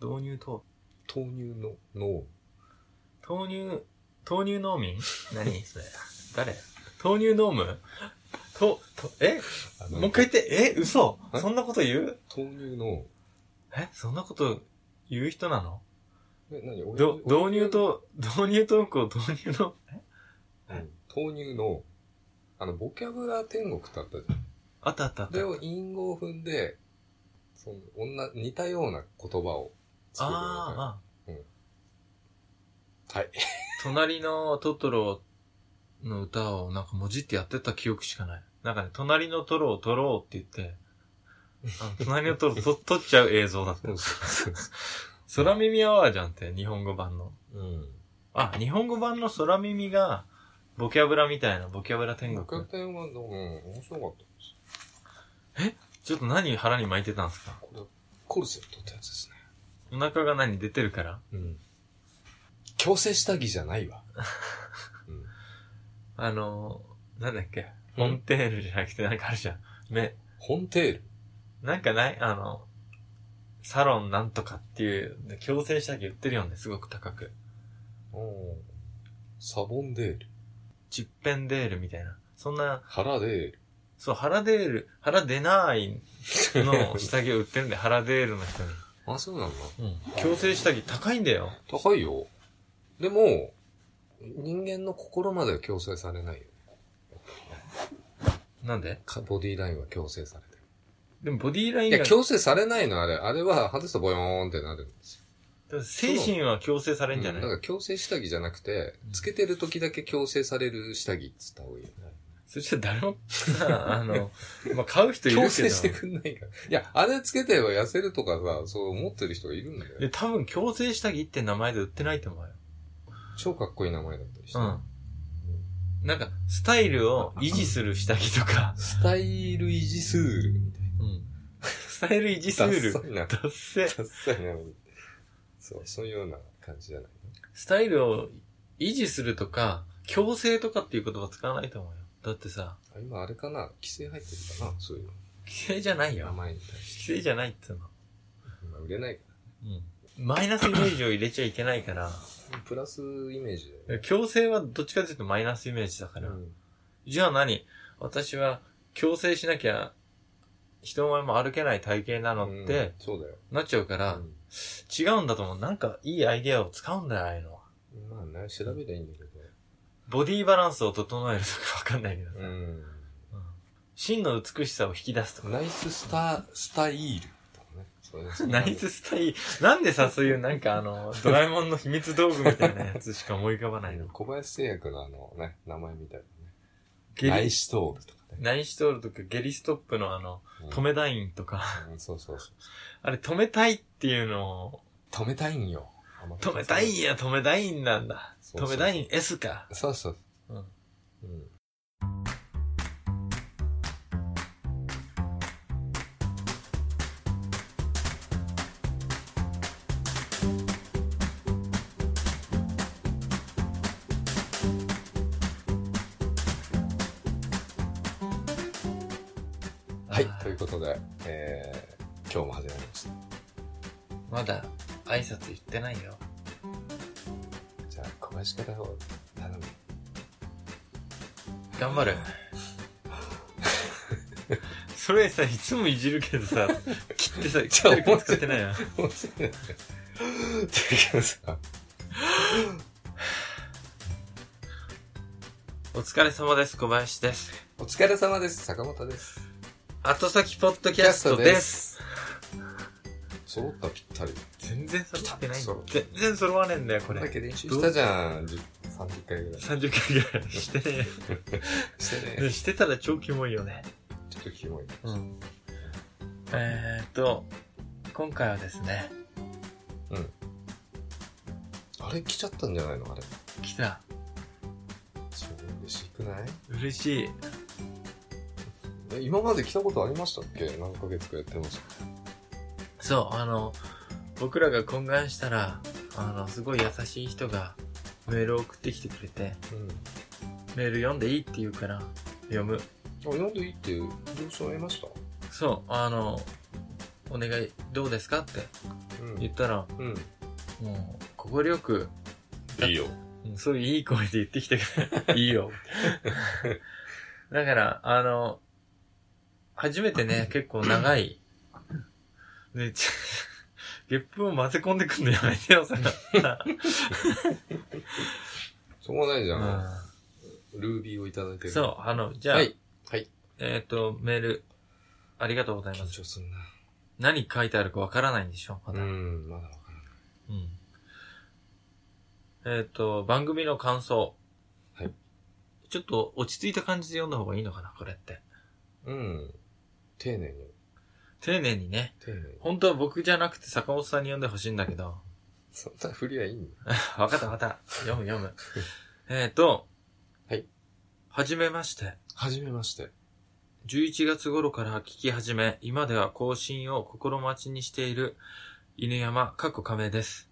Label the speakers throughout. Speaker 1: 豆乳と、
Speaker 2: 豆乳の脳。
Speaker 1: 豆乳、豆乳農民何それ。誰豆乳飲むと、と、え
Speaker 2: あの
Speaker 1: もう一回言って、え嘘
Speaker 2: え
Speaker 1: そんなこと言う
Speaker 2: 豆乳の、
Speaker 1: えそんなこと言う人なの
Speaker 2: え、何俺
Speaker 1: ど、導入、と、導入トークを導入の、
Speaker 2: 俺うん豆乳の、あの、ボキャブラ天国ってあったじゃん。
Speaker 1: あったあったあっ
Speaker 2: そ
Speaker 1: た
Speaker 2: れ。を因語を踏んで、その、女、似たような言葉を作るようになった。
Speaker 1: あ
Speaker 2: はい。
Speaker 1: あ、隣のトトロの歌をなんかもじってやってた記憶しかない。なんかね、隣のトロを取ろうって言 って、あの隣のトロと取っちゃう映像だった。 空耳アワーじゃんって、日本語版の。
Speaker 2: うん。
Speaker 1: あ、日本語版の空耳が、ボキャブラみたいな、ボキャブラ天
Speaker 2: ボキャ
Speaker 1: 国
Speaker 2: ブ。ラ天国は、うん、面白かったです。
Speaker 1: ちょっと何腹に巻いてたんですか
Speaker 2: これ、コルセットってやつですね。
Speaker 1: お腹が何出てるから
Speaker 2: うん。強制下着じゃないわ。うん。
Speaker 1: あのー、なんだっけ、フォンテールじゃなくてなんかあるじゃん。目、
Speaker 2: ホンテール。
Speaker 1: なんかないあの、サロンなんとかっていう、強制下着売ってるよね、すごく高く。
Speaker 2: うん。サボンデール。
Speaker 1: チッペンデールみたいな。そんな、
Speaker 2: ハラデール。
Speaker 1: そう、腹デール、腹出ないの下着を売ってるんで、腹デールの人に。
Speaker 2: あ、そうなんだ。
Speaker 1: 強制下着高いんだよ。
Speaker 2: 高いよ。でも、人間の心までは強制されないよ。
Speaker 1: なんで
Speaker 2: かボディラインは強制されてる。
Speaker 1: でもボディライ
Speaker 2: い
Speaker 1: ン
Speaker 2: や、
Speaker 1: が、
Speaker 2: 強制されないのあれ。あれは外すとボヨーンってなるんですよ。
Speaker 1: 精神は強制されんじゃない、
Speaker 2: うんだから強制下着じゃなくて、つけてる時だけ強制される下着って言った方がいいよ。
Speaker 1: そしたら誰も、あの、まあ、買う人いるけど。
Speaker 2: 強制してくんないから。いや、あれつけてれば痩せるとかさ、そう思ってる人がいるんだよ。
Speaker 1: で、多分強制下着って名前で売ってないと思うよ。
Speaker 2: 超かっこいい名前だったりして。
Speaker 1: うん。なんか、スタイルを維持する下着とか、
Speaker 2: スタイル維持スールみたいな。
Speaker 1: うん。スタイル維持ス
Speaker 2: ダ
Speaker 1: ー
Speaker 2: ッ
Speaker 1: ル。
Speaker 2: サい
Speaker 1: ダ
Speaker 2: な。
Speaker 1: ッセ。
Speaker 2: ダッサいな。そう、そういうような感じじゃない。
Speaker 1: スタイルを維持するとか、強制とかっていう言葉使わないと思うよ。だってさ、
Speaker 2: あ今あれかな規制入ってるかなそういう
Speaker 1: 規制じゃない
Speaker 2: 名
Speaker 1: よ。
Speaker 2: 前に対して。
Speaker 1: 規制じゃないっつうの。
Speaker 2: 今売れないか
Speaker 1: うん。マイナスイメージを入れちゃいけないから、
Speaker 2: ら。プラスイメージで。
Speaker 1: 強制はどっちかというとマイナスイメージだから。じゃあ何私は強制しなきゃ、人前も歩けない体型なのっ
Speaker 2: うん
Speaker 1: て、
Speaker 2: そうだよ。
Speaker 1: なっちゃうから、
Speaker 2: うん
Speaker 1: 違うんだと思う。なんか、いいアイデアを使うんだよ、ああいうのは。
Speaker 2: まあね、調べりゃいいんだけど。
Speaker 1: ボディバランスを整えるとかわかんないけどさ。
Speaker 2: うん。
Speaker 1: うん真の美しさを引き出すとか。
Speaker 2: ナイススタ、スタイルとかね。そうです
Speaker 1: ナイススタイル。なんでさ、そういうなんかあの、ドラえもんの秘密道具みたいなやつしか思い浮かばないの。
Speaker 2: 小林製薬のあのね、名前みたい
Speaker 1: ゲ
Speaker 2: なね。ナイ
Speaker 1: リ、
Speaker 2: ストールとかね。
Speaker 1: ナイシトールとかゲリストップのあの、止めたいんとか。
Speaker 2: うんうんそうそうそう。
Speaker 1: あれ、止めたいっていうのを、
Speaker 2: 止めたいんよ。
Speaker 1: 止めたいんや、止めたいんなんだ。
Speaker 2: そう
Speaker 1: 止
Speaker 2: そ
Speaker 1: め
Speaker 2: う
Speaker 1: たいん S か。
Speaker 2: そうそう。
Speaker 1: うん。
Speaker 2: うん。はい
Speaker 1: あ、ー
Speaker 2: ということで、えー、今日も始まりました。
Speaker 1: まだ、挨拶言ってないよ。
Speaker 2: じゃあ、小林から を頼む。
Speaker 1: 頑張る。 それさ、いつもいじるけどさ、切って さ、切ってるから使ってないよ。
Speaker 2: 面白いね。てかさ、
Speaker 1: お疲れ様です、小林です。
Speaker 2: お疲れ様です。坂本です。
Speaker 1: 後先ポッドキャストです。
Speaker 2: 揃ったぴったり。
Speaker 1: 全然揃ってないんだ
Speaker 2: そう。
Speaker 1: 全然揃わねえんだよ、こ
Speaker 2: これだ
Speaker 1: れ。
Speaker 2: け練習したじゃん。10 30回ぐらい。
Speaker 1: 30回ぐらいしてね
Speaker 2: して
Speaker 1: えよ。
Speaker 2: ね。
Speaker 1: してたら超キモいよね。
Speaker 2: ちょっとキモい。
Speaker 1: うん。えーっと、今回はですね、
Speaker 2: あれ来ちゃったんじゃないのあれ。
Speaker 1: 来た。
Speaker 2: そう、嬉しくない
Speaker 1: 嬉しい。
Speaker 2: え今まで来たことありましたっけ何ヶ月かやってました。
Speaker 1: そう、あの、僕らが懇願したら、あの、すごい優しい人がメールを送ってきてくれて、
Speaker 2: うん。あ、
Speaker 1: メール読んでいいって言うから、読む。
Speaker 2: 読んでいいって、了承得ました
Speaker 1: そう、あの、お願い、どうですかって言ったら、
Speaker 2: うん。
Speaker 1: もう、心よく、
Speaker 2: いいよ。
Speaker 1: うんそういういい声で言ってきてく れ。いいよ。だから、あの、初めて ね、結構長い。ね、ちゲップを混ぜ込んでくんのやめてよ、それ。
Speaker 2: しょうがないじゃん。
Speaker 1: う
Speaker 2: ルービーをいただいて
Speaker 1: ん
Speaker 2: る。
Speaker 1: そう、あの、じゃあ、
Speaker 2: はい。はい。
Speaker 1: えっ、と、メール、ありがとうございま
Speaker 2: 緊
Speaker 1: す。
Speaker 2: 張すんな。
Speaker 1: 何書いてあるかわからないんでしょ、ま
Speaker 2: う
Speaker 1: だ。
Speaker 2: ん、まだわからな
Speaker 1: う
Speaker 2: い。
Speaker 1: んえっ、と、番組の感想。
Speaker 2: はい。
Speaker 1: ちょっと落ち着いた感じで読んだ方がいいのかな、これって。
Speaker 2: うん。丁寧に。
Speaker 1: 丁寧にね。
Speaker 2: 丁寧に。
Speaker 1: 本当は僕じゃなくて坂本さんに読んでほしいんだけ ど。
Speaker 2: そんな振りはいいんだ。
Speaker 1: わかったわかった。読む読む。えっと。
Speaker 2: はい。
Speaker 1: はじめまして。
Speaker 2: はじめまして。
Speaker 1: 11月頃から聞き始め、今では更新を心待ちにしている犬山、かっこ仮名です。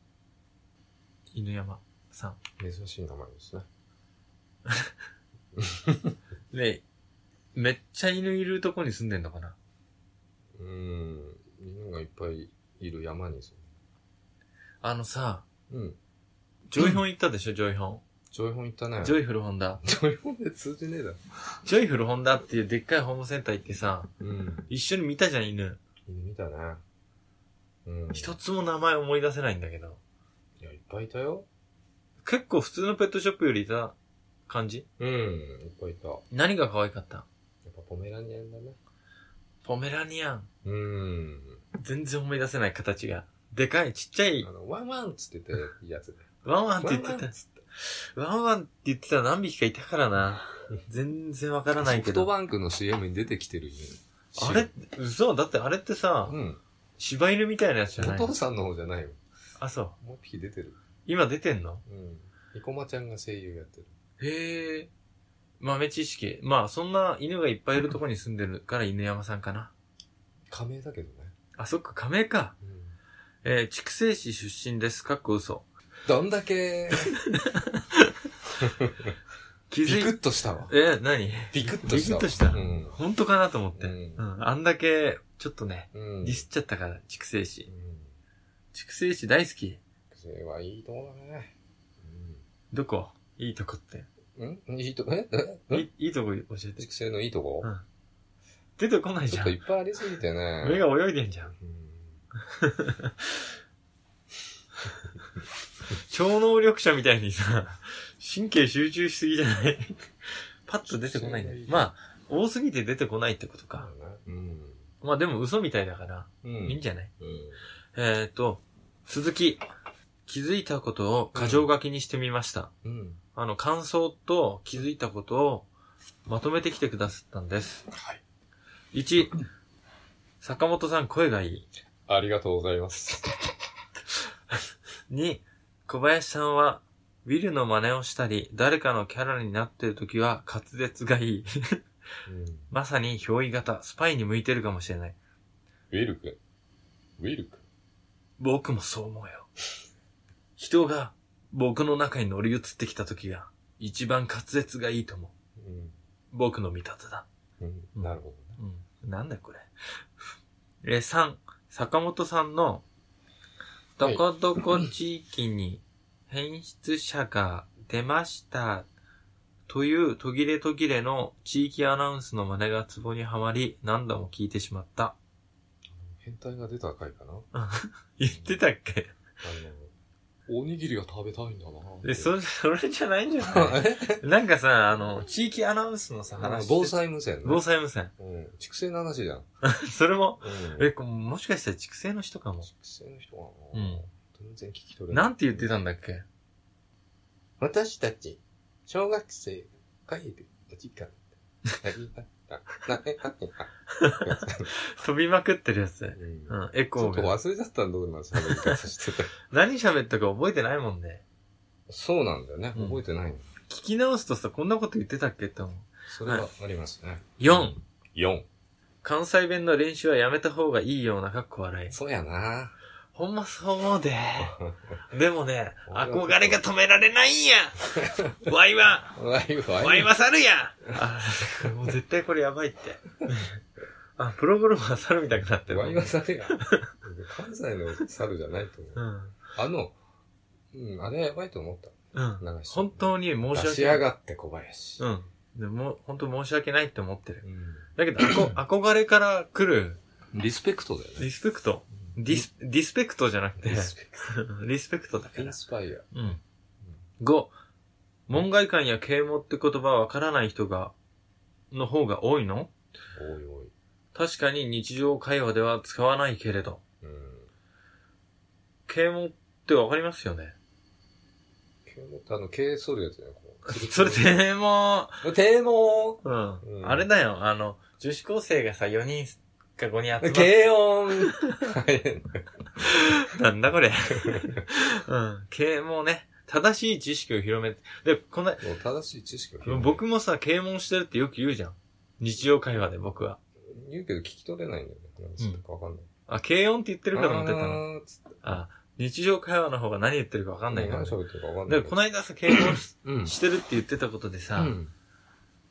Speaker 1: 犬山さ
Speaker 2: 珍しい名前ですね。
Speaker 1: ん。ねめっちゃ犬いるとこに住んでんのかな
Speaker 2: うん。犬がいっぱいいる山に住
Speaker 1: あのさ、
Speaker 2: む。うん。
Speaker 1: ジョイホン行ったでしょ、ジョイホ
Speaker 2: ジョイホン行ったね
Speaker 1: ン。。ジョイフルホンダ。
Speaker 2: ジョイホンで通じねえだろ。
Speaker 1: ジョイフルホンダっていうでっかいホームセンター行ってさ、
Speaker 2: うん。
Speaker 1: 一緒に見たじゃん、犬。
Speaker 2: 犬見たね。うん。
Speaker 1: 一つも名前思い出せないんだけど。
Speaker 2: いや、いっぱいいたよ。
Speaker 1: 結構普通のペットショップよりいた感じ
Speaker 2: うん。いっぱいいた。やっ
Speaker 1: 何が可愛かった
Speaker 2: ぱポメラニアンだね。
Speaker 1: ポメラニアン。
Speaker 2: うん。
Speaker 1: 全然思い出せない形が。でかい、ちっちゃい
Speaker 2: あ、の、ワンワンっつってて、いいやつで。
Speaker 1: ワンワンって言って。
Speaker 2: ワンワンった
Speaker 1: ワンワンって言ってたら何匹かいたからな。全然わからないけ
Speaker 2: ソフト
Speaker 1: ど。
Speaker 2: バンクの CM に出てきてる犬。
Speaker 1: あれ嘘だってあれってさ、
Speaker 2: うん。
Speaker 1: 柴犬みたいなやつじゃない
Speaker 2: お父さんの方じゃないよ。
Speaker 1: あ、そう。
Speaker 2: もう一匹出てる。
Speaker 1: 今出てんの
Speaker 2: うん。生駒ちゃんが声優やってる。
Speaker 1: へえ。豆知識。まあ、そんな犬がいっぱいいるとこに住んでるから犬山さんかな。
Speaker 2: 仮名だけどね。
Speaker 1: あ、そっか、亀井か。
Speaker 2: うん。
Speaker 1: えー、畜生市出身です。かっこ嘘。
Speaker 2: どんだ け、
Speaker 1: 気
Speaker 2: ビク
Speaker 1: づい
Speaker 2: ッとしたわ。
Speaker 1: えー、何
Speaker 2: ビクッとしたわ。
Speaker 1: ビクッとした
Speaker 2: うん。
Speaker 1: 本当かなと思って。
Speaker 2: う
Speaker 1: うんん。あんだけ、ちょっとね、
Speaker 2: うん。
Speaker 1: ディスっちゃったから、畜生
Speaker 2: う
Speaker 1: 市。
Speaker 2: ん。
Speaker 1: 畜生市大好き。
Speaker 2: 癖はいいとこだね。
Speaker 1: どこいいとこって。
Speaker 2: うん。んいいとこ、ええ
Speaker 1: いいいとこ教えて。
Speaker 2: 癖のいいとこ
Speaker 1: うん出てこない
Speaker 2: ち
Speaker 1: じ
Speaker 2: ょっ
Speaker 1: ゃ
Speaker 2: と
Speaker 1: ん
Speaker 2: い。っぱいありすぎてね。
Speaker 1: 目が泳いでんじゃん。
Speaker 2: うん。
Speaker 1: 超能力者みたいにさ、神経集中しすぎじゃない パッと出てこないんだよ。まあ、多すぎて出てこないってことか。
Speaker 2: うん。
Speaker 1: まあでも嘘みたいだから、
Speaker 2: うん。
Speaker 1: いいんじゃない
Speaker 2: うん。
Speaker 1: えっ、ー、と、続き。気づいたことを過剰書きにしてみました。
Speaker 2: うん。
Speaker 1: あの、感想と気づいたことをまとめてきてくださったんです。
Speaker 2: はい。
Speaker 1: 1、坂本さん声がいい。
Speaker 2: ありがとうございます。
Speaker 1: 2、小林さんは、ウィルの真似をしたり、誰かのキャラになっている時は滑舌がいい。
Speaker 2: うん。
Speaker 1: まさに憑依型、スパイに向いてるかもしれない。
Speaker 2: ウィル君。ウィル君。
Speaker 1: 僕もそう思うよ。人が僕の中に乗り移ってきた時が、一番滑舌がいいと思う。僕の見立てだ。
Speaker 2: うん。うん。なるほどね。
Speaker 1: うん。なんだよこれ。えー、3、坂本さんの、どこどこ地域に変質者が出ました。という途切れ途切れの地域アナウンスの真似がツボにはまり、何度も聞いてしまった。
Speaker 2: 変態が出た回かな。
Speaker 1: 言ってたっけ
Speaker 2: あの、おにぎりが食べたいんだなって。
Speaker 1: え、それ、それじゃないんじゃ ない
Speaker 2: え
Speaker 1: なんかさ、あの、地域アナウンスのさ、話して。
Speaker 2: 防災無線ね。
Speaker 1: 防災無線。
Speaker 2: うん。畜生の話じゃん。
Speaker 1: それも、
Speaker 2: うん
Speaker 1: え、こもしかしたら畜生の人かも。
Speaker 2: 畜生の人は
Speaker 1: う
Speaker 2: な、
Speaker 1: ん
Speaker 2: 全然聞き取れない。
Speaker 1: なんて言ってたんだっけ
Speaker 2: 私たち、小学生が帰るお時間なりました。なえはては
Speaker 1: 飛びまくってるやつ。
Speaker 2: うんち
Speaker 1: う
Speaker 2: ょ
Speaker 1: ん、エコ
Speaker 2: っ
Speaker 1: ー
Speaker 2: と
Speaker 1: が。
Speaker 2: 忘れちゃったんだ、今喋り方してて。
Speaker 1: 何喋ったか覚えてないもんね。
Speaker 2: そうなんだよね。
Speaker 1: うん
Speaker 2: 覚えてないの。
Speaker 1: 聞き直すとさ、こんなこと言ってたっけって思う。
Speaker 2: それはありますね。
Speaker 1: 4、
Speaker 2: 4。
Speaker 1: 関西弁の練習はやめた方がいいようなかっこ笑い。
Speaker 2: そうやな
Speaker 1: ほんまそう思うで。でもね、
Speaker 2: 俺は
Speaker 1: 憧れが止められないんやワイは
Speaker 2: ワイワイ。
Speaker 1: ワイは猿やあ、もう絶対これやばいって。 あ、プログラマー猿みたいになってる。
Speaker 2: ワイは猿や。 関西の猿じゃないと思
Speaker 1: う
Speaker 2: う。
Speaker 1: ん。
Speaker 2: あの、うん、あれやばいと思った。
Speaker 1: うん。
Speaker 2: 流し
Speaker 1: 本当に申し訳ない。
Speaker 2: 出しやがって小林。
Speaker 1: うん。でも、本当申し訳ないって思ってる。
Speaker 2: うん
Speaker 1: だけど、あこ憧れから来る、
Speaker 2: リスペクトだよね。
Speaker 1: リスペクト。ディス、ディスペクトじゃなくて
Speaker 2: リ、スペク
Speaker 1: リスペクトだか
Speaker 2: ト。イ
Speaker 1: ら
Speaker 2: ン。スパイア。
Speaker 1: うん。5、門外漢や啓蒙って言葉はわからない人が、の方が多いの
Speaker 2: おいおい。
Speaker 1: 確かに日常会話では使わないけれど、
Speaker 2: うん。
Speaker 1: 啓蒙ってわかりますよね。
Speaker 2: 毛もあの、毛剃るやつだよ。こう
Speaker 1: それ、啓蒙
Speaker 2: 啓蒙
Speaker 1: うん。
Speaker 2: うん
Speaker 1: あれだよ、あの、女子高生がさ、4人か5人集まって、
Speaker 2: 軽 音はい
Speaker 1: なんだこれ。うん。啓蒙ね。正しい知識を広めて。で、この、
Speaker 2: もう正しい知識を広める
Speaker 1: 僕もさ、啓蒙してるってよく言うじゃん。日常会話で僕は。
Speaker 2: 言うけど聞き取れないんだよね。何言ってるかわかんない。
Speaker 1: あ、軽音って言ってるかと思ってたの。
Speaker 2: あーつって
Speaker 1: あ、日常会話の方が何言ってるかわかんないか
Speaker 2: 何
Speaker 1: ら。
Speaker 2: 喋ってるかわかんない。
Speaker 1: で、この間さ、啓蒙し
Speaker 2: うん。
Speaker 1: してるって言ってたことでさ、
Speaker 2: うん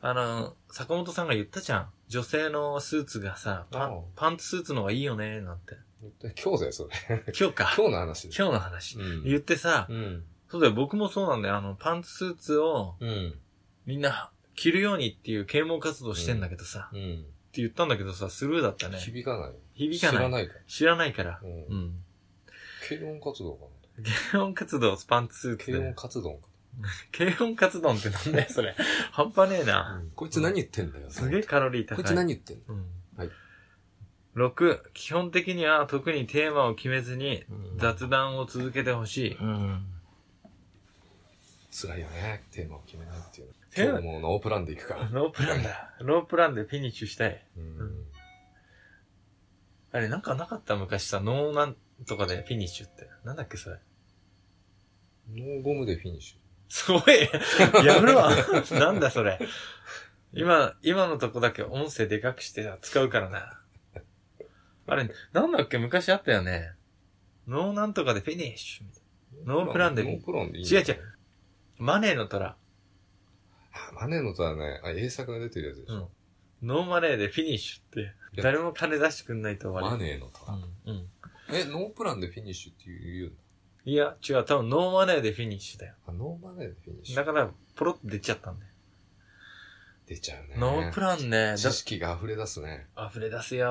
Speaker 1: あの、坂本さんが言ったじゃん。女性のスーツがさ、パ
Speaker 2: ああ
Speaker 1: ンパンツスーツの方がいいよね、なんて。
Speaker 2: 言った今日だよ、それ。
Speaker 1: 今日か。
Speaker 2: 今日の話だよ。
Speaker 1: 今日の話。
Speaker 2: うん
Speaker 1: 言ってさ、
Speaker 2: うん。
Speaker 1: そうだよ、僕もそうなんだよ。あの、パンツスーツを
Speaker 2: うん。
Speaker 1: みんな着るようにっていう啓蒙活動してんだけどさ、っ
Speaker 2: うん。
Speaker 1: て言ったんだけどさ、スルーだったね。
Speaker 2: 響かない。
Speaker 1: 響かない。
Speaker 2: 知らないから。
Speaker 1: 知らないから。
Speaker 2: うん
Speaker 1: うん。
Speaker 2: 軽音活動か
Speaker 1: 軽音活動、スパンツスー
Speaker 2: な。
Speaker 1: ツ
Speaker 2: 軽音
Speaker 1: で。
Speaker 2: 活動か。
Speaker 1: 軽音活動ってなんだよ、そ れ。半端ねえな。
Speaker 2: こいつ何言ってんだよ。
Speaker 1: すげえカロリー高い。
Speaker 2: こいつ何言ってん
Speaker 1: う
Speaker 2: の
Speaker 1: ん。
Speaker 2: はい。
Speaker 1: 6、基本的には特にテーマを決めずに
Speaker 2: うん
Speaker 1: 雑談を続けてほしい。
Speaker 2: うん。辛いよね。テーマを決めないっていうの。
Speaker 1: テーマ
Speaker 2: 今日もうノープランで行くから。
Speaker 1: ノープランだ。ノープランでフィニッシュしたい。
Speaker 2: うん。
Speaker 1: あれ、なんかなかった昔さ、ノーなんとかでフィニッシュって。なんだっけ、それ。
Speaker 2: ノーゴムでフィニッシ
Speaker 1: すごい やめろ なんだそれ。今、今のとこだけ音声でかくして使うからな。あれ、なんだっけ昔あったよね。ノーなんとかでフィニッシュみたい
Speaker 2: ュ。
Speaker 1: ノープランで
Speaker 2: ノープランでいいんだ
Speaker 1: 違う違う。な。マネーの虎。
Speaker 2: あマネのとはね、あ、英作が出てるやつでし
Speaker 1: う
Speaker 2: ょ。
Speaker 1: ん。ノーマネーでフィニッシュって。誰も金出してくんないと終わ
Speaker 2: マ
Speaker 1: り。
Speaker 2: ネのとは。
Speaker 1: うん。うん。
Speaker 2: え、ノープランでフィニッシュって言うんだ。
Speaker 1: いや、違う。多分ノーマネーでフィニッシュだよ。
Speaker 2: あ、ノーマネでフィニッシ
Speaker 1: だ
Speaker 2: ュ。
Speaker 1: から、ポロッと出ちゃったんだよ。
Speaker 2: 出ちゃうね。
Speaker 1: ノープランね、
Speaker 2: 知識が溢れ出すね。
Speaker 1: だ溢れ出す
Speaker 2: う
Speaker 1: よ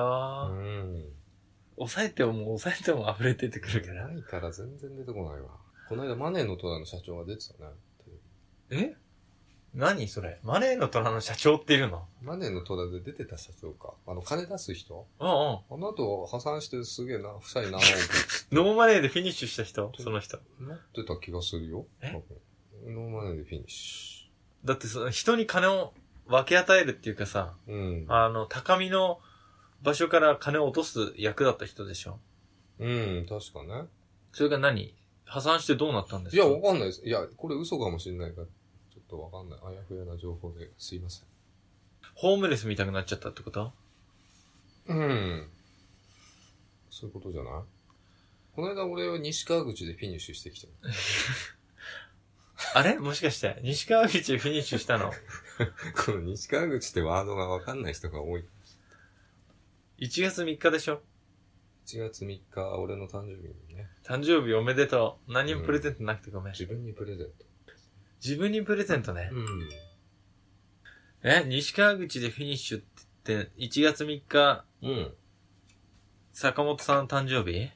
Speaker 1: ー。
Speaker 2: ん。
Speaker 1: 抑えても抑えても溢れ出てくるから
Speaker 2: な。いから全然出てこないわ。この間、マネーの虎の社長が出てたね。
Speaker 1: え何それマネーの虎の社長っているの
Speaker 2: マネーの虎で出てた社長か。あの、金出す人
Speaker 1: うんうん。
Speaker 2: あの後、破産してすげえな、負債な、
Speaker 1: ノーマネーでフィニッシュした人その人。
Speaker 2: なってた気がするよ。
Speaker 1: え
Speaker 2: 多分ノーマネーでフィニッシ
Speaker 1: だってその人に金を分け与えるっていうかさ、
Speaker 2: ュ。うん。
Speaker 1: あの、高みの場所から金を落とす役だった人でしょ
Speaker 2: うん、確かね。
Speaker 1: それが何破産してどうなったんです
Speaker 2: い
Speaker 1: か
Speaker 2: や、わかんないです。いや、これ嘘かもしれないから、ちょっとわかんない。あやふやな情報で、すいません。
Speaker 1: ホームレスみたくなっちゃったってこと
Speaker 2: うん。そういうことじゃないこの間俺は西川口でフィニッシュしてきた。
Speaker 1: あれもしかして、西川口フィニッシュした の
Speaker 2: この 西川口ってワードがわかんない人が多い。
Speaker 1: 1月3日でしょ
Speaker 2: 1月3日、俺の誕生日にね、
Speaker 1: 誕生日おめでとう。何もプレゼントなくてごめん。
Speaker 2: 自分にプレゼン
Speaker 1: 自分にプレゼントね。
Speaker 2: ト。うん。
Speaker 1: え、西川口でフィニッシュって、1月3日、
Speaker 2: うん。
Speaker 1: 坂本さんの誕生日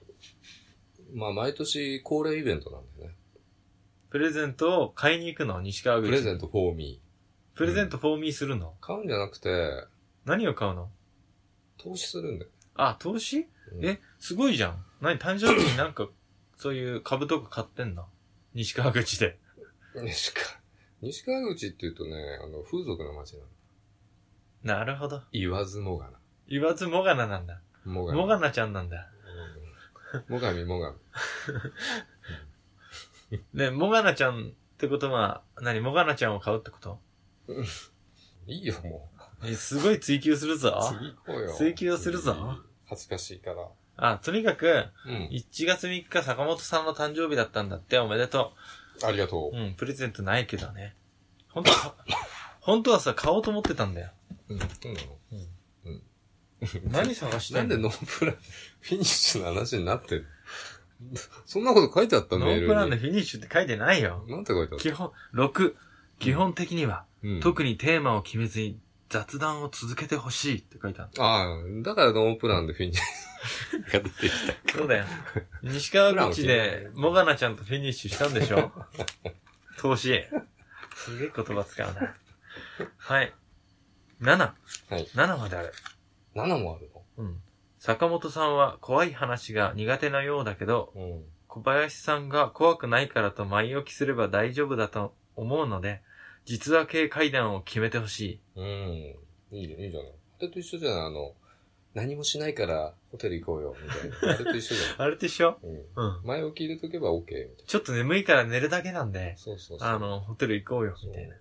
Speaker 2: まあ、毎年恒例イベントなんだよね。
Speaker 1: プレゼントを買いに行くの西川口。
Speaker 2: プレゼン
Speaker 1: ト。
Speaker 2: トフォーミー。
Speaker 1: プレゼントフォーミーするの、
Speaker 2: 買うんじゃなくて、
Speaker 1: 何を買うの
Speaker 2: 投資するんだよ。
Speaker 1: あ、投資、
Speaker 2: うん
Speaker 1: え、すごいじゃん。何誕生日になんか、そういう株とか買ってんの西川口で。
Speaker 2: 西川、西川口って言うとね、あの、風俗の街なの。
Speaker 1: なるほど。
Speaker 2: 言わずもがな。
Speaker 1: 言わずもがななんだ。
Speaker 2: もがな。
Speaker 1: もがなちゃんなんだ。
Speaker 2: うん。もがみもがみ。
Speaker 1: で、もがなちゃんってことは、何もがなちゃんを買うってこと
Speaker 2: いいよ、も
Speaker 1: え、すごい追求する
Speaker 2: う。
Speaker 1: ぞ。
Speaker 2: 次行こうよ。
Speaker 1: 追求するぞ
Speaker 2: 次。恥ずかしいから。
Speaker 1: あ、とにかく、
Speaker 2: うん。
Speaker 1: 1月3日坂本さんの誕生日だったんだって、おめでと
Speaker 2: ありがと
Speaker 1: う。うん、プレゼントないけどね。 本当は、本当はさ、買おうと思ってたんだよ。
Speaker 2: う。うん。そうなの
Speaker 1: うん。何探して
Speaker 2: なんん
Speaker 1: の
Speaker 2: でノープラン、フィニッシュの 話になってるそんなこと書いてあった
Speaker 1: ノ
Speaker 2: メール
Speaker 1: ー
Speaker 2: に。
Speaker 1: プランでフィニッシュって書いてないよ。
Speaker 2: なんて書いてあっ
Speaker 1: 基本、6、基本的には、
Speaker 2: た、うん、
Speaker 1: 特にテーマを決めずに雑談を続けてほしいって書いてある。
Speaker 2: ああ、だからノープランでフィニッシ ュが出てきた。
Speaker 1: そうだよ。西 川口で、モガナちゃんとフィニッシュしたんでしょ投資。すげえ言葉使うな。はい。7。
Speaker 2: はい
Speaker 1: 7まである。
Speaker 2: 7もある
Speaker 1: うん。坂本さんは怖い話が苦手なようだけど、
Speaker 2: のうん。
Speaker 1: 小林さんが怖くないからと前置きすれば大丈夫だと思うので、実話系階段を決めてほしい。
Speaker 2: うん。いいね、いいじゃない。あれと一緒じゃないあの、何もしないからホテル行こうよ、みたいな。あれと一緒じゃ
Speaker 1: あれでしょ
Speaker 2: ない。うん。
Speaker 1: うん。
Speaker 2: 前置き入れとけば OK、みたいな。
Speaker 1: ちょっと眠いから寝るだけなんで、
Speaker 2: そうそうそう。
Speaker 1: あ、の、ホテル行こうよ、みたいな。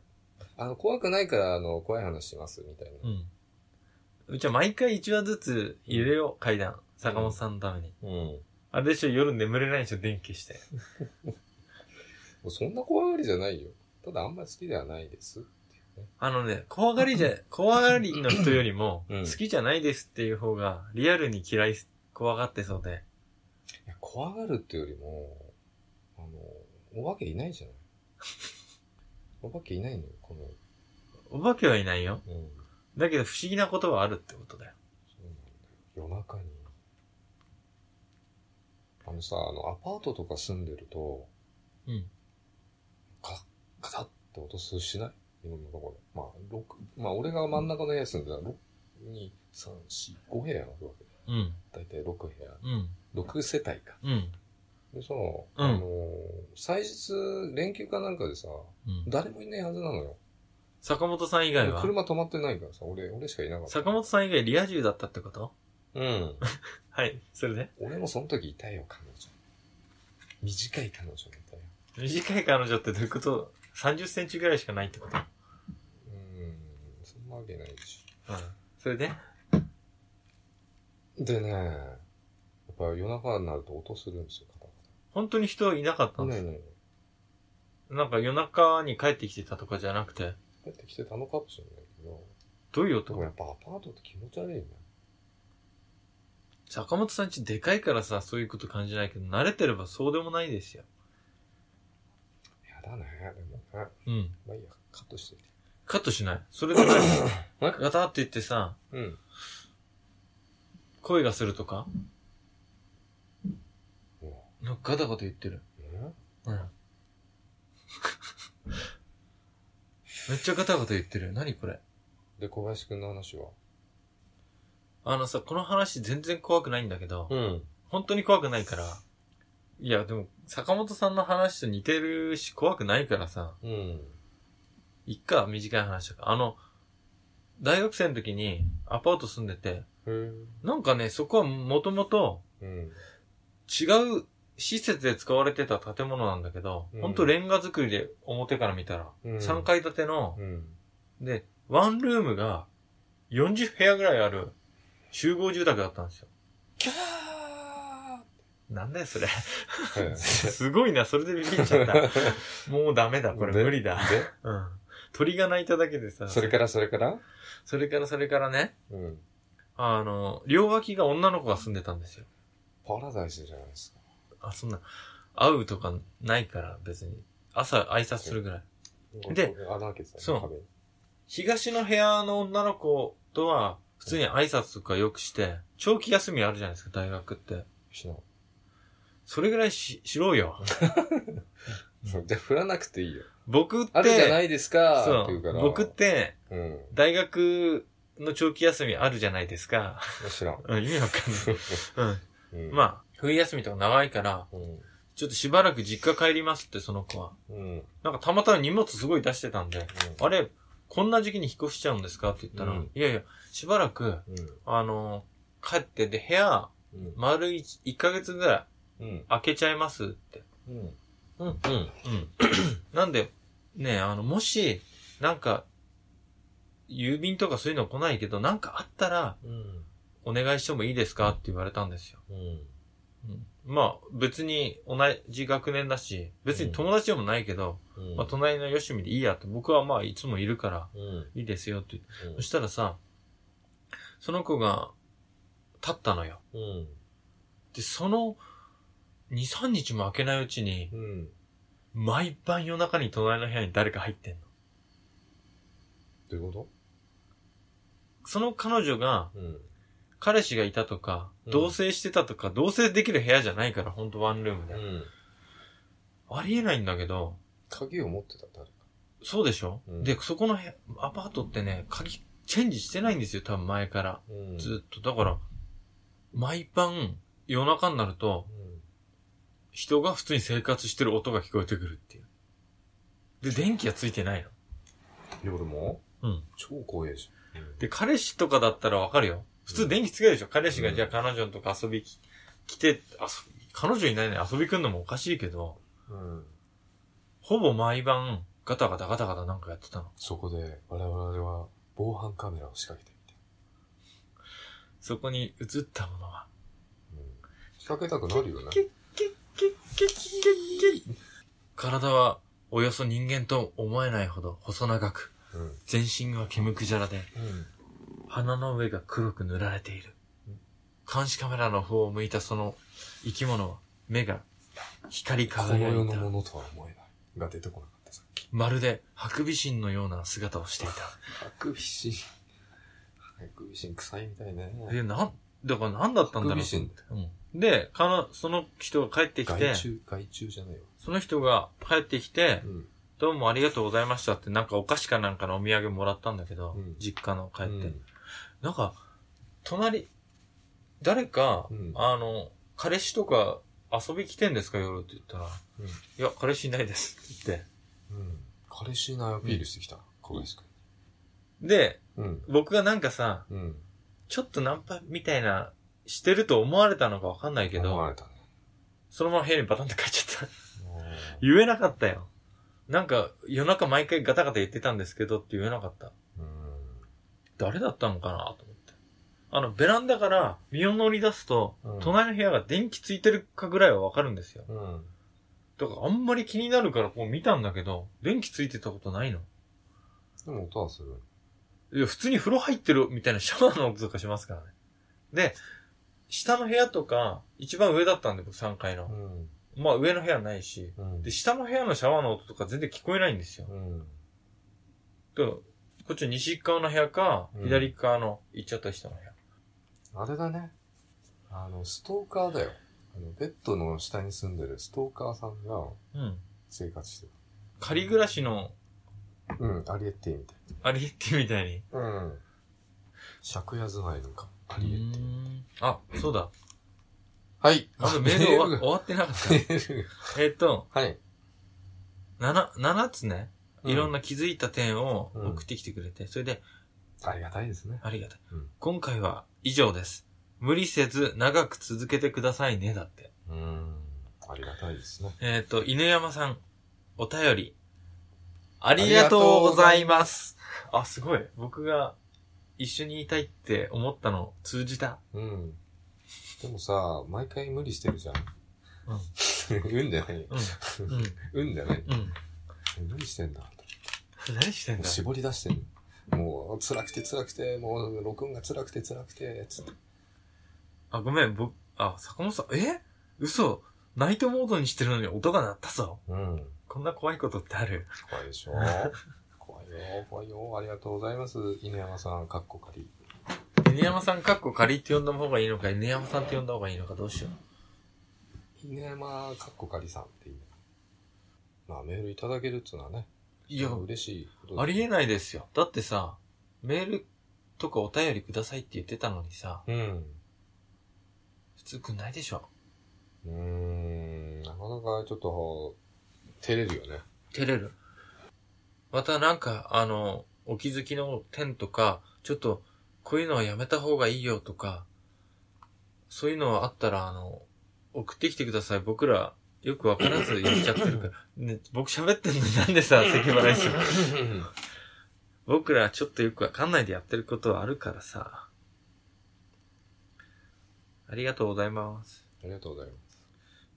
Speaker 2: あの、怖くないから、あの、怖い話します、みたいな。
Speaker 1: うん。うちは毎回一話ずつ入れよう、階段。坂本さんのために。
Speaker 2: うん。も
Speaker 1: あれでしょ、夜眠れないでしょ、電気消して。
Speaker 2: うそんな怖がりじゃないよ。ただあんまり好きではないです。
Speaker 1: あのね、怖がり じゃ、怖がりの人よりも、
Speaker 2: うん
Speaker 1: 好きじゃないですっていう方が、リアルに嫌いす、怖がってそうで。
Speaker 2: いや、怖がるっていうよりも、あの、お化けいない じゃないお化けいないのよ、この。
Speaker 1: お化けはいないよ。
Speaker 2: うん。
Speaker 1: だけど不思議なことはあるってことだよ。
Speaker 2: そうなんだよ。夜中に。あのさ、あの、アパートとか住んでると、
Speaker 1: うん。
Speaker 2: カタッ、カタッって音するしないいろんなところで。まあ、六、まあ、俺が真ん中の部屋住んでたら、六、二、三、四、五部屋あるわけ。
Speaker 1: うん。
Speaker 2: だいたい六部屋。
Speaker 1: うん。
Speaker 2: 六世帯か。
Speaker 1: うん。
Speaker 2: で、その、
Speaker 1: うん
Speaker 2: あのー祭日、連休かなんかでさ、
Speaker 1: うん。
Speaker 2: 誰もいないはずなのよ。
Speaker 1: 坂本さん以外は
Speaker 2: 車止まってないからさ、俺、俺しかいなかった。
Speaker 1: 坂本さん以外リア充だったってこと
Speaker 2: うん。
Speaker 1: はい。それで
Speaker 2: 俺もその時いたよ、彼女。短い彼女もいたよ。
Speaker 1: 短い彼女ってどういうこと ?30 センチぐらいしかないってこと
Speaker 2: うーん、そんなわけないでし
Speaker 1: うん。それで
Speaker 2: ょ。でね、やっぱ夜中になると音するんですよ、カタカ
Speaker 1: 本当に人はいなかった
Speaker 2: タ。
Speaker 1: ん
Speaker 2: いな
Speaker 1: で
Speaker 2: い
Speaker 1: す。
Speaker 2: ないない。
Speaker 1: なんか夜中に帰ってきてたとかじゃなくて、
Speaker 2: 帰ってきてたのかもしれないけど、
Speaker 1: どういう
Speaker 2: でもや
Speaker 1: 音
Speaker 2: っぱアパートって気持ち悪いよね。
Speaker 1: 坂本さんちでかいからさ、そういうこと感じないけど、慣れてればそうでもないですよ。
Speaker 2: やだね、でもね。
Speaker 1: うん。
Speaker 2: まあいいや、カットしてて。
Speaker 1: カットしない。それで も、ガタって言ってさ、
Speaker 2: うん。
Speaker 1: 声がするとか
Speaker 2: も
Speaker 1: なんかガタガタ言ってる。
Speaker 2: う、ね
Speaker 1: うん。 めっちゃガタガタ言ってる。何これ
Speaker 2: で、小林くんの話は
Speaker 1: あのさ、この話全然怖くないんだけど、
Speaker 2: ん。
Speaker 1: 本当に怖くないから。いや、でも、坂本さんの話と似てるし、怖くないからさ、
Speaker 2: うん。
Speaker 1: いっか、短い話だから。あの、大学生の時にアパート住んでて、
Speaker 2: へー
Speaker 1: なんかね、そこはもともと
Speaker 2: うん。
Speaker 1: 違う施設で使われてた建物なんだけど、
Speaker 2: うん
Speaker 1: ほんとレンガ造りで表から見たら、
Speaker 2: うん
Speaker 1: 3階建ての、
Speaker 2: うん。
Speaker 1: で、ワンルームが40部屋ぐらいある集合住宅だったんですよ。
Speaker 2: キャー
Speaker 1: なんだよ、それ。
Speaker 2: はい
Speaker 1: すごいな、それでビビっちゃ った。もうダメだ、これ
Speaker 2: で
Speaker 1: 無理だ。うん。鳥が鳴いただけでさ、
Speaker 2: で、それからそれから
Speaker 1: それからそれからね、
Speaker 2: うん。
Speaker 1: あの、両脇が女の子が住んでたんですよ。
Speaker 2: パラダイスじゃないですか。
Speaker 1: あ、そんな、会うとかないから、別に。朝挨拶するぐらい。で、
Speaker 2: 穴開けてたね
Speaker 1: そう
Speaker 2: 壁に
Speaker 1: 東の部屋の女の子とは、普通に挨拶とかよくして、長期休みあるじゃないですか、大学って。
Speaker 2: しな
Speaker 1: それぐらいし、しろよ。
Speaker 2: いじゃあ振らなくていいよ。
Speaker 1: 僕って、
Speaker 2: あるじゃないですか
Speaker 1: そ
Speaker 2: って言うから。
Speaker 1: う、僕って、
Speaker 2: うん。
Speaker 1: 大学の長期休みあるじゃないですか。
Speaker 2: 知らん。
Speaker 1: うん意味わかんない。
Speaker 2: うん
Speaker 1: うん。まあ、冬休みとか長いから、
Speaker 2: うん。
Speaker 1: ちょっとしばらく実家帰りますって、その子は。
Speaker 2: うん。
Speaker 1: なんかたまたま荷物すごい出してたんで、あれ、こんな時期に引っ越しちゃうんですかって言ったら、
Speaker 2: うん
Speaker 1: いやいや、しばらく、
Speaker 2: うん。
Speaker 1: あのー帰って、で、部屋、
Speaker 2: うん。
Speaker 1: 丸一1ヶ月ぐら
Speaker 2: うん
Speaker 1: い。開けちゃいますって。
Speaker 2: うん。うん。う
Speaker 1: う
Speaker 2: ん。
Speaker 1: ん。 なんで、ねえあの、もし、なんか、郵便とかそういうの来ないけど、なんかあったら、
Speaker 2: うん。
Speaker 1: お願いしてもいいですかって言われたんですよ。
Speaker 2: うん。
Speaker 1: うん、まあ、別に同じ学年だし、別に友達でもないけど、
Speaker 2: うん。
Speaker 1: まあ、隣のよしみでいいやって、僕はまあ、いつもいるから、
Speaker 2: うん。
Speaker 1: いいですよって言って
Speaker 2: うん
Speaker 1: そしたらさ、その子が、経ったのよ。
Speaker 2: うん。
Speaker 1: で、その、2、3日も開けないうちに、
Speaker 2: うん。
Speaker 1: 毎晩夜中に隣の部屋に誰か入ってんの。
Speaker 2: どういうこ
Speaker 1: その彼女が、
Speaker 2: とうん。
Speaker 1: 彼氏がいたとか、
Speaker 2: うん
Speaker 1: 同棲してたとか、同棲できる部屋じゃないから、ほんとワンルームで。
Speaker 2: うん。
Speaker 1: ありえないんだけど、
Speaker 2: 鍵を持ってた誰か。
Speaker 1: そうでしょ、
Speaker 2: うん
Speaker 1: で、そこの部屋アパートってね、鍵チェンジしてないんですよ、多分前から。
Speaker 2: うん
Speaker 1: ずっと。だから、毎晩夜中になると、
Speaker 2: うん。
Speaker 1: 人が普通に生活してる音が聞こえてくるっていう。で、電気がついてないの。
Speaker 2: 夜も
Speaker 1: うん。
Speaker 2: 超怖えじゃん。うん
Speaker 1: で、彼氏とかだったらわかるよ。普通電気つけるでしょ彼氏が
Speaker 2: うん
Speaker 1: じゃあ彼女のとか遊びき来て、遊び彼女いないのに遊び来んのもおかしいけど、
Speaker 2: うん。
Speaker 1: ほぼ毎晩ガタガタガタガタなんかやってたの。
Speaker 2: そこで我々は防犯カメラを仕掛けてみて。
Speaker 1: そこに映ったものは。
Speaker 2: うん。仕掛けたくなるよね。
Speaker 1: 体はおよそ人間と思えないほど細長く、
Speaker 2: うん。うん。
Speaker 1: 全身は毛むくじゃらで、鼻の上が黒く塗られている
Speaker 2: うん。
Speaker 1: 監視カメラの方を向いたその生き物は目が光り
Speaker 2: この
Speaker 1: 輝
Speaker 2: 世
Speaker 1: い
Speaker 2: の
Speaker 1: た。
Speaker 2: ものとは思えない。が出てこなかったさっき。
Speaker 1: まるでハクビシンのような姿をしていた。
Speaker 2: ハクビシン。ハクビシン臭いみたいね。
Speaker 1: で、なん、だから何だったんだろう。
Speaker 2: ハクビシンだ
Speaker 1: うん。で、かの、その人が帰ってきて
Speaker 2: 害、虫、害虫じゃないわ。
Speaker 1: その人が帰ってきて、
Speaker 2: ん。
Speaker 1: どうもありがとうございましたって、なんかお菓子かなんかのお土産もらったんだけど、
Speaker 2: うん
Speaker 1: 実家の帰って。
Speaker 2: うん
Speaker 1: なんか、隣、誰か、
Speaker 2: うん
Speaker 1: あの、彼氏とか遊び来てんですか夜って言ったら、
Speaker 2: うん
Speaker 1: いや、彼氏いないですって
Speaker 2: うん。彼氏いないアピールしてきた。小林く
Speaker 1: 言って。で、
Speaker 2: ん。うん。
Speaker 1: 僕がなんかさ、
Speaker 2: うん。
Speaker 1: ちょっとナンパみたいな、してると思われたのかわかんないけ
Speaker 2: 思
Speaker 1: ど、
Speaker 2: われたね。
Speaker 1: そのまま部屋にバタンって帰っちゃった。
Speaker 2: う
Speaker 1: 言えなかったよ。なんか、夜中毎回ガタガタ言ってたんですけどって言えなかった。
Speaker 2: ん。
Speaker 1: 誰だったのかなと思って。あの、ベランダから身を乗り出すと、
Speaker 2: うん
Speaker 1: 隣の部屋が電気ついてるかぐらいはわかるんですよ。
Speaker 2: うん。
Speaker 1: だからあんまり気になるからこう見たんだけど、電気ついてたことないの。
Speaker 2: でも音はする。
Speaker 1: いや、普通に風呂入ってるみたいなシャワーの音とかしますからね。で、下の部屋とか、一番上だったんで僕3階の。
Speaker 2: ん。
Speaker 1: まあ上の部屋ないし、
Speaker 2: うん
Speaker 1: で、下の部屋のシャワーの音とか全然聞こえないんですよ。
Speaker 2: うん。
Speaker 1: だからこっち西側の部屋か、
Speaker 2: うん
Speaker 1: 左側の行っちゃった人の部屋。
Speaker 2: あれだね。あの、ストーカーだよ。あの、ベッドの下に住んでるストーカーさんが
Speaker 1: うん。
Speaker 2: 生活してる。
Speaker 1: 仮暮らしの
Speaker 2: うん、アリエッティみたい
Speaker 1: アリエッティみたいに。
Speaker 2: な。うん。借家住まいのか、アリエッテ
Speaker 1: うー
Speaker 2: ィ。
Speaker 1: んあ、そうだ。
Speaker 2: はい。
Speaker 1: まだメール終わ
Speaker 2: が
Speaker 1: 終わってなかっ
Speaker 2: メール
Speaker 1: た。えっと、
Speaker 2: が はい。
Speaker 1: 七、七つね、いろん
Speaker 2: な。
Speaker 1: な気づいた点を
Speaker 2: うん
Speaker 1: 送ってきてくれて、それで、
Speaker 2: ありがたいですね。
Speaker 1: ありがたい、
Speaker 2: うん
Speaker 1: 今回は以上です。無理せず長く続けてくださいね、だって。
Speaker 2: うん。ありがたいですね。
Speaker 1: えっ、と、犬山さん、お便り、ありがとうございます。あ、すごい。僕が一緒にいたいって思ったの通じた。
Speaker 2: うん。でもさ、毎回無理してるじゃん。 うん。うんじゃない。
Speaker 1: うん。うん。
Speaker 2: うんじゃない。
Speaker 1: うん。
Speaker 2: 無理してんだ。
Speaker 1: 何してんだ
Speaker 2: 絞り出してる。もう、辛くて辛くて、もう、録音が辛くて辛くて、つって。
Speaker 1: あ、ごめん、僕、あ、坂本さん、え嘘ナイトモードにしてるのに音が鳴ったぞ。
Speaker 2: うん。
Speaker 1: こんな怖いことってある
Speaker 2: 怖いでし ょ怖いよ、怖いよ。ありがとうございます。犬山さん、かっこかり。
Speaker 1: 犬山さんかっこ仮って呼んだ方がいいのか、犬山さんって呼んだ方がいいのかどうしよ
Speaker 2: 犬山、かっこかりさんっていいね。まあ、メールいただけるっていうのはね。
Speaker 1: う。いや、
Speaker 2: 嬉しいこと
Speaker 1: ありえ
Speaker 2: い。
Speaker 1: ないですよ。だってさ、メールとかお便りくださいって言ってたのにさ、
Speaker 2: うん。
Speaker 1: 普通くんないでしょ。
Speaker 2: うーん、なかなかちょっと、照れるよね。
Speaker 1: 照れる。またなんか、あの、お気づきの点とか、ちょっと、こういうのはやめた方がいいよとか、そういうのはあったら、あの、送ってきてください。僕ら、よくわからず言っちゃってるから。ね、僕喋ってんのになんでさ、咳 払いする僕らちょっとよくわかんないでやってることはあるからさ。ありがとうございます。
Speaker 2: ありがとうございます。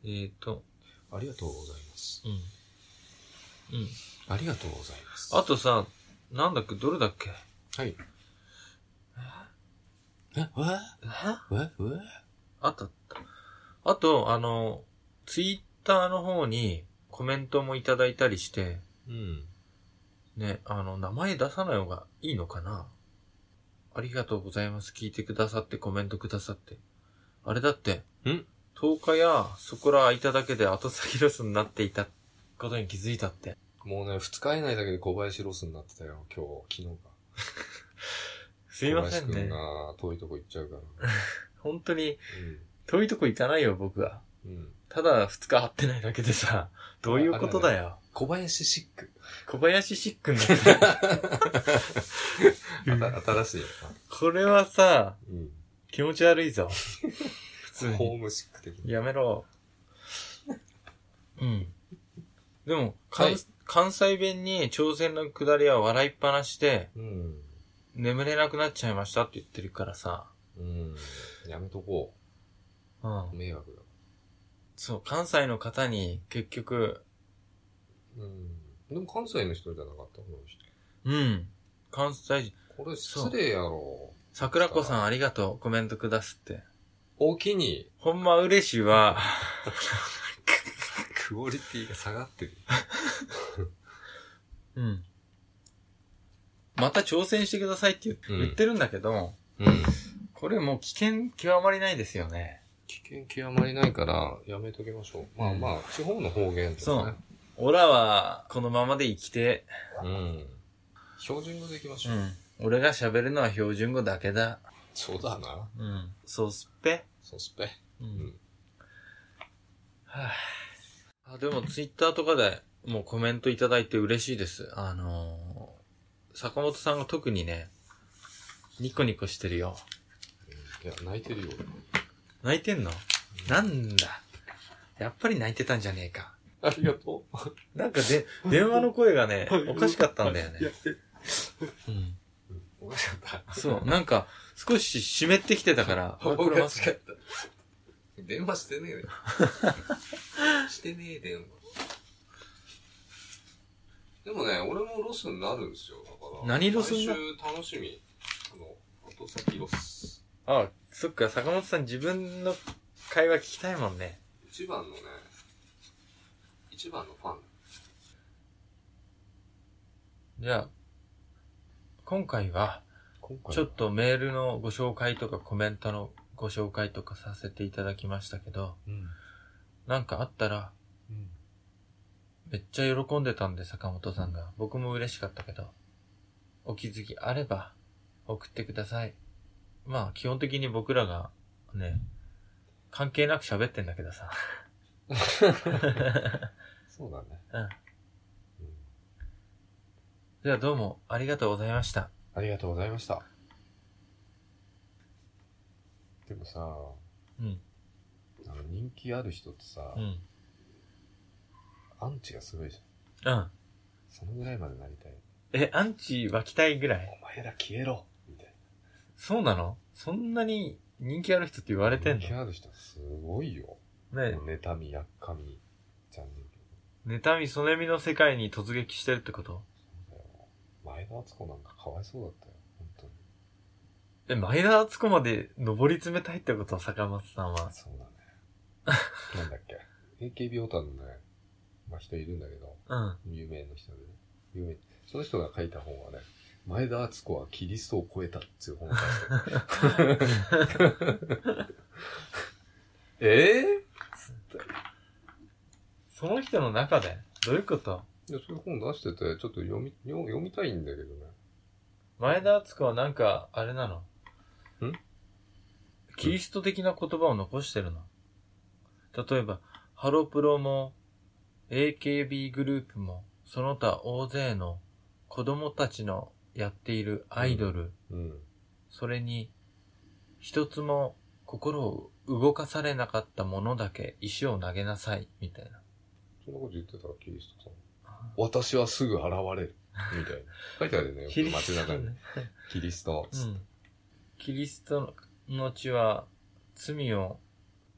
Speaker 1: えーと、
Speaker 2: ありがとうございます。
Speaker 1: うん。うん。
Speaker 2: ありがとうございます。
Speaker 1: あとさ、なんだっけ、どれだっけ
Speaker 2: はい。
Speaker 3: えうわうわうわ
Speaker 1: あと、あと、あの、ツイッターの方にコメントもいただいたりして、
Speaker 2: うん。
Speaker 1: ね、あの、名前出さない方がいいのかなありがとうございます。聞いてくださって、コメントくださって。あれだって、
Speaker 3: ん
Speaker 1: ?10 日やそこら空いただけで後先ロスになっていたことに気づいたって。
Speaker 2: もうね、二日以内だけで小林ロスになってたよ、今日、昨日か。
Speaker 1: すいません
Speaker 2: 小林くん
Speaker 1: ね。
Speaker 2: が遠いとこ行っちゃうから。
Speaker 1: 本当に遠いとこ行かないよ、僕は。
Speaker 2: うん。うん。
Speaker 1: ただ2日会ってないだけでさ、どういうことだよ。
Speaker 2: 小林シック。
Speaker 1: 小林シックになってる
Speaker 2: あ た新しいよ
Speaker 1: これはさ、
Speaker 2: な。うん。
Speaker 1: 気持ち悪いぞ。普通に。
Speaker 2: ホームシック的に。
Speaker 1: やめろ。うん。でも、
Speaker 2: は
Speaker 1: 関
Speaker 2: い
Speaker 1: 関西弁に朝鮮の下りは笑いっぱなしで、
Speaker 2: うん。
Speaker 1: 眠れなくなっちゃいましたって言ってるからさ。
Speaker 2: うん。やめとこ
Speaker 1: う
Speaker 2: う。
Speaker 1: ん。
Speaker 2: 迷惑だ。
Speaker 1: そう、関西の方に結局、
Speaker 2: うん。でも関西の人じゃなかった、この人。
Speaker 1: うん。関西人、
Speaker 2: これ失礼やろ。
Speaker 1: 桜子さんありがとう、コメントくだすって。
Speaker 2: おきに、
Speaker 1: ほんま嬉しいわ。
Speaker 2: クオリティが下がってる。
Speaker 1: うん。また挑戦してくださいって言,、
Speaker 2: うん
Speaker 1: 言ってるんだけど、
Speaker 2: うん。
Speaker 1: これもう危険極まりないですよね。
Speaker 2: 危険極まりないから、やめときましょう。まあまあ、地方の方言とかね。
Speaker 1: オラは、このままで生きて、
Speaker 2: うん。標準語でいきましょう。
Speaker 1: うん。俺が喋るのは標準語だけだ。
Speaker 2: そうだな。
Speaker 1: うん。そうすっぺ。
Speaker 2: そうすっぺ。
Speaker 1: うんはぁあ、でもツイッターとかでもうコメントいただいて嬉しいです。あのー、坂本さんが特にね、ニコニコしてるよ。
Speaker 2: いや、泣いてるよ。
Speaker 1: 泣いてんのなんだ。やっぱり泣いてたんじゃねえか。
Speaker 2: ありがと
Speaker 1: なんかで、電話の声がね
Speaker 2: う。、
Speaker 1: おかしかったんだよね
Speaker 2: いや。いや
Speaker 1: うん。
Speaker 2: おかしかった。
Speaker 1: そう、なんか、少し湿ってきてたから、
Speaker 2: お
Speaker 1: これ
Speaker 2: か
Speaker 1: マ
Speaker 2: し
Speaker 1: スク
Speaker 2: かった。電話して ねえよ。してねえ電話。でもね、俺もロスになるんですよ。だから。
Speaker 1: 何ロスに
Speaker 2: に
Speaker 1: な
Speaker 2: 週楽しみ。あの、後先ロス。
Speaker 1: あそっか、坂本さん自分の会話聞きたいもんね。
Speaker 2: 一番のね、一番のファン。
Speaker 1: じゃあ、今回は、
Speaker 2: 今
Speaker 1: ちょっとメールのご紹介とかコメントのご紹介とかさせていただきましたけど、
Speaker 2: うん。
Speaker 1: なんかあったら、
Speaker 2: うん。
Speaker 1: めっちゃ喜んでたんで、坂本さんが。僕も嬉しかったけど、お気づきあれば、送ってください。まあ、基本的に僕らが、ね、関係なく喋ってんだけ どさ。
Speaker 2: そうだね。
Speaker 1: うん。
Speaker 2: うん
Speaker 1: じゃあどうもありがとうございました。
Speaker 2: ありがとうございました。でもさ、
Speaker 1: うん。
Speaker 2: あの人気ある人ってさ、
Speaker 1: うん。
Speaker 2: アンチがすごいじゃん。
Speaker 1: うん。
Speaker 2: そのぐらいまでなりたい。
Speaker 1: え、アンチ湧きたいぐらい
Speaker 2: お前ら消えろみたいな。
Speaker 1: そうなのそんなに人気ある人って言われてん
Speaker 2: 人気
Speaker 1: の
Speaker 2: ある人すごいよ。
Speaker 1: ね
Speaker 2: 妬み、やっかみ、じゃんねえけど。
Speaker 1: 妬み、そねみの世界に突撃してるってこと
Speaker 2: そうだよ。前田敦子なんかかわいそうだったよ。本当に。
Speaker 1: え、前田敦子まで上り詰めたいってこと坂本さんは。
Speaker 2: そうだね。なんだっけ。AKB オタのね、まあ人いるんだけど、
Speaker 1: うん。
Speaker 2: 有名な人でね。有名。その人が書いた本はね、前田敦子はキリストを超えたっていう本を書いてる え
Speaker 1: その人の中でどういうこと
Speaker 2: ぇ、いや、そういう本出してて、ちょっと読み、よ読みたいんだけどね。
Speaker 1: 前田敦子はなんか、あれなの
Speaker 2: ん
Speaker 1: キリスト的な言葉を残してるの。例えば、ハロプロも、AKB グループも、その他大勢の子供たちのやっているアイドル、
Speaker 2: うん。
Speaker 1: それに、一つも心を動かされなかったものだけ石を投げなさい、みたいな。
Speaker 2: そんなこと言ってたらキリストさん。私はすぐ現れる。みたいな。書いてあるよね。よく街中に。キリスト。
Speaker 1: うん。キリストの血は罪を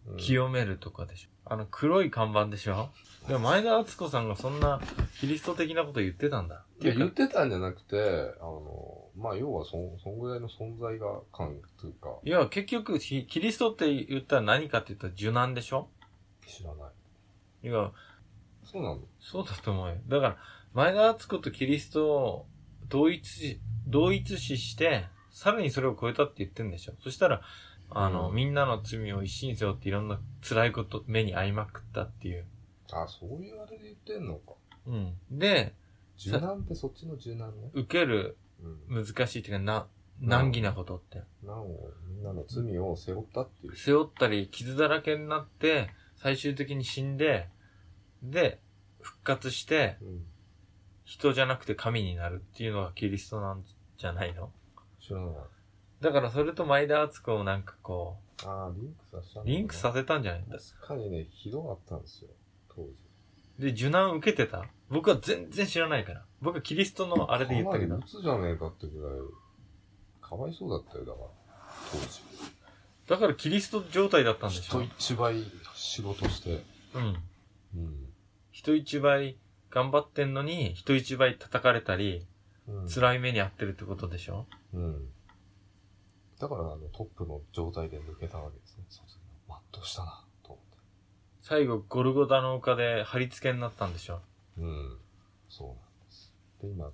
Speaker 2: うん
Speaker 1: 清めるとかでしょ。あの黒い看板でしょでも前田敦子さんがそんなキリスト的なこと言ってたんだ。
Speaker 2: いや、言ってたんじゃなくて、あの、まあ、要はそん、そんぐらいの存在が感というか、
Speaker 1: いや、結局、ひキリストって言ったら何かって言ったら受難でしょ
Speaker 2: 知らない。
Speaker 1: いや、
Speaker 2: そうなの
Speaker 1: そうだと思うよ。だから、前田敦子とキリストを同一視、同一視して、さらにそれを超えたって言ってんでしょそしたら、あの、
Speaker 2: うん
Speaker 1: みんなの罪を一心に背負っていろんな辛いこと、目に遭いまくったっていう。
Speaker 2: あ、そういうあれで言ってんのか。
Speaker 1: うん。で、
Speaker 2: 柔軟ってそっちの柔軟ね。
Speaker 1: 受ける
Speaker 2: うん。
Speaker 1: 難しいっていうか、な、難儀なことって。
Speaker 2: なお、みんなの罪を背負ったっていう。
Speaker 1: 背負ったり、傷だらけになって、最終的に死んで、で、復活して、
Speaker 2: うん。
Speaker 1: 人じゃなくて神になるっていうのがキリストなんじゃないの
Speaker 2: 知らない。
Speaker 1: だからそれと前田敦子をなんかこ
Speaker 2: あーリンクさせた
Speaker 1: う、
Speaker 2: のかな
Speaker 1: リンクさせたんじゃないんだ
Speaker 2: 確かにね、ひどかったんですよ、当時。
Speaker 1: で、受難受けてた僕は全然知らないから。僕はキリストのあれで言ったけ
Speaker 2: か
Speaker 1: ど
Speaker 2: な。り鬱じゃねえかってぐらい、かわいそうだったよ、だから、当時。
Speaker 1: だからキリスト状態だったんでしょ
Speaker 2: 人一倍仕事して、
Speaker 1: うん。
Speaker 2: うん。
Speaker 1: 人一倍頑張ってんのに、人一倍叩かれたり、
Speaker 2: うん
Speaker 1: 辛い目に遭ってるってことでしょ
Speaker 2: うん。だから、あの、トップの状態で抜けたわけですね、卒業。全うしたな、と思っ
Speaker 1: 最後、ゴルゴダの丘で貼り付けになったんでしょ
Speaker 2: て。うん。そうなんです。で、今、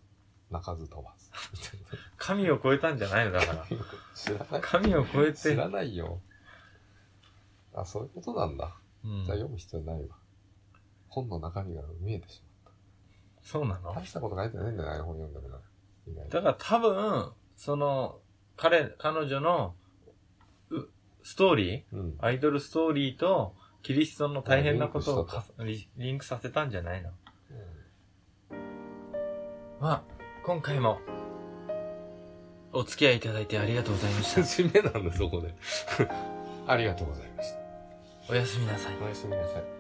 Speaker 2: 泣かず飛ばず。
Speaker 1: 神を超えたんじゃないのだから。
Speaker 2: 知らない
Speaker 1: 神を超えて
Speaker 2: 知、らないよ。あ、そういうことなんだ。
Speaker 1: うん
Speaker 2: じゃあ読む必要ないわ。本の中身が見えてしまっ
Speaker 1: そうなの
Speaker 2: た。大したこと書いてないんだよ、ああいう本読んでもな。意外
Speaker 1: だ
Speaker 2: と。
Speaker 1: から多分、その、彼、彼女の、うストーリー
Speaker 2: うん。
Speaker 1: アイドルストーリーと、キリストの大変なことを
Speaker 2: リンク
Speaker 1: かリリンクさせたんじゃないのまあ、今回も、お付き合いいただいてありがとうございま した。
Speaker 2: 締めなんだ、そこで。ありがとうございました。
Speaker 1: おやすみなさい。
Speaker 2: おやすみなさい。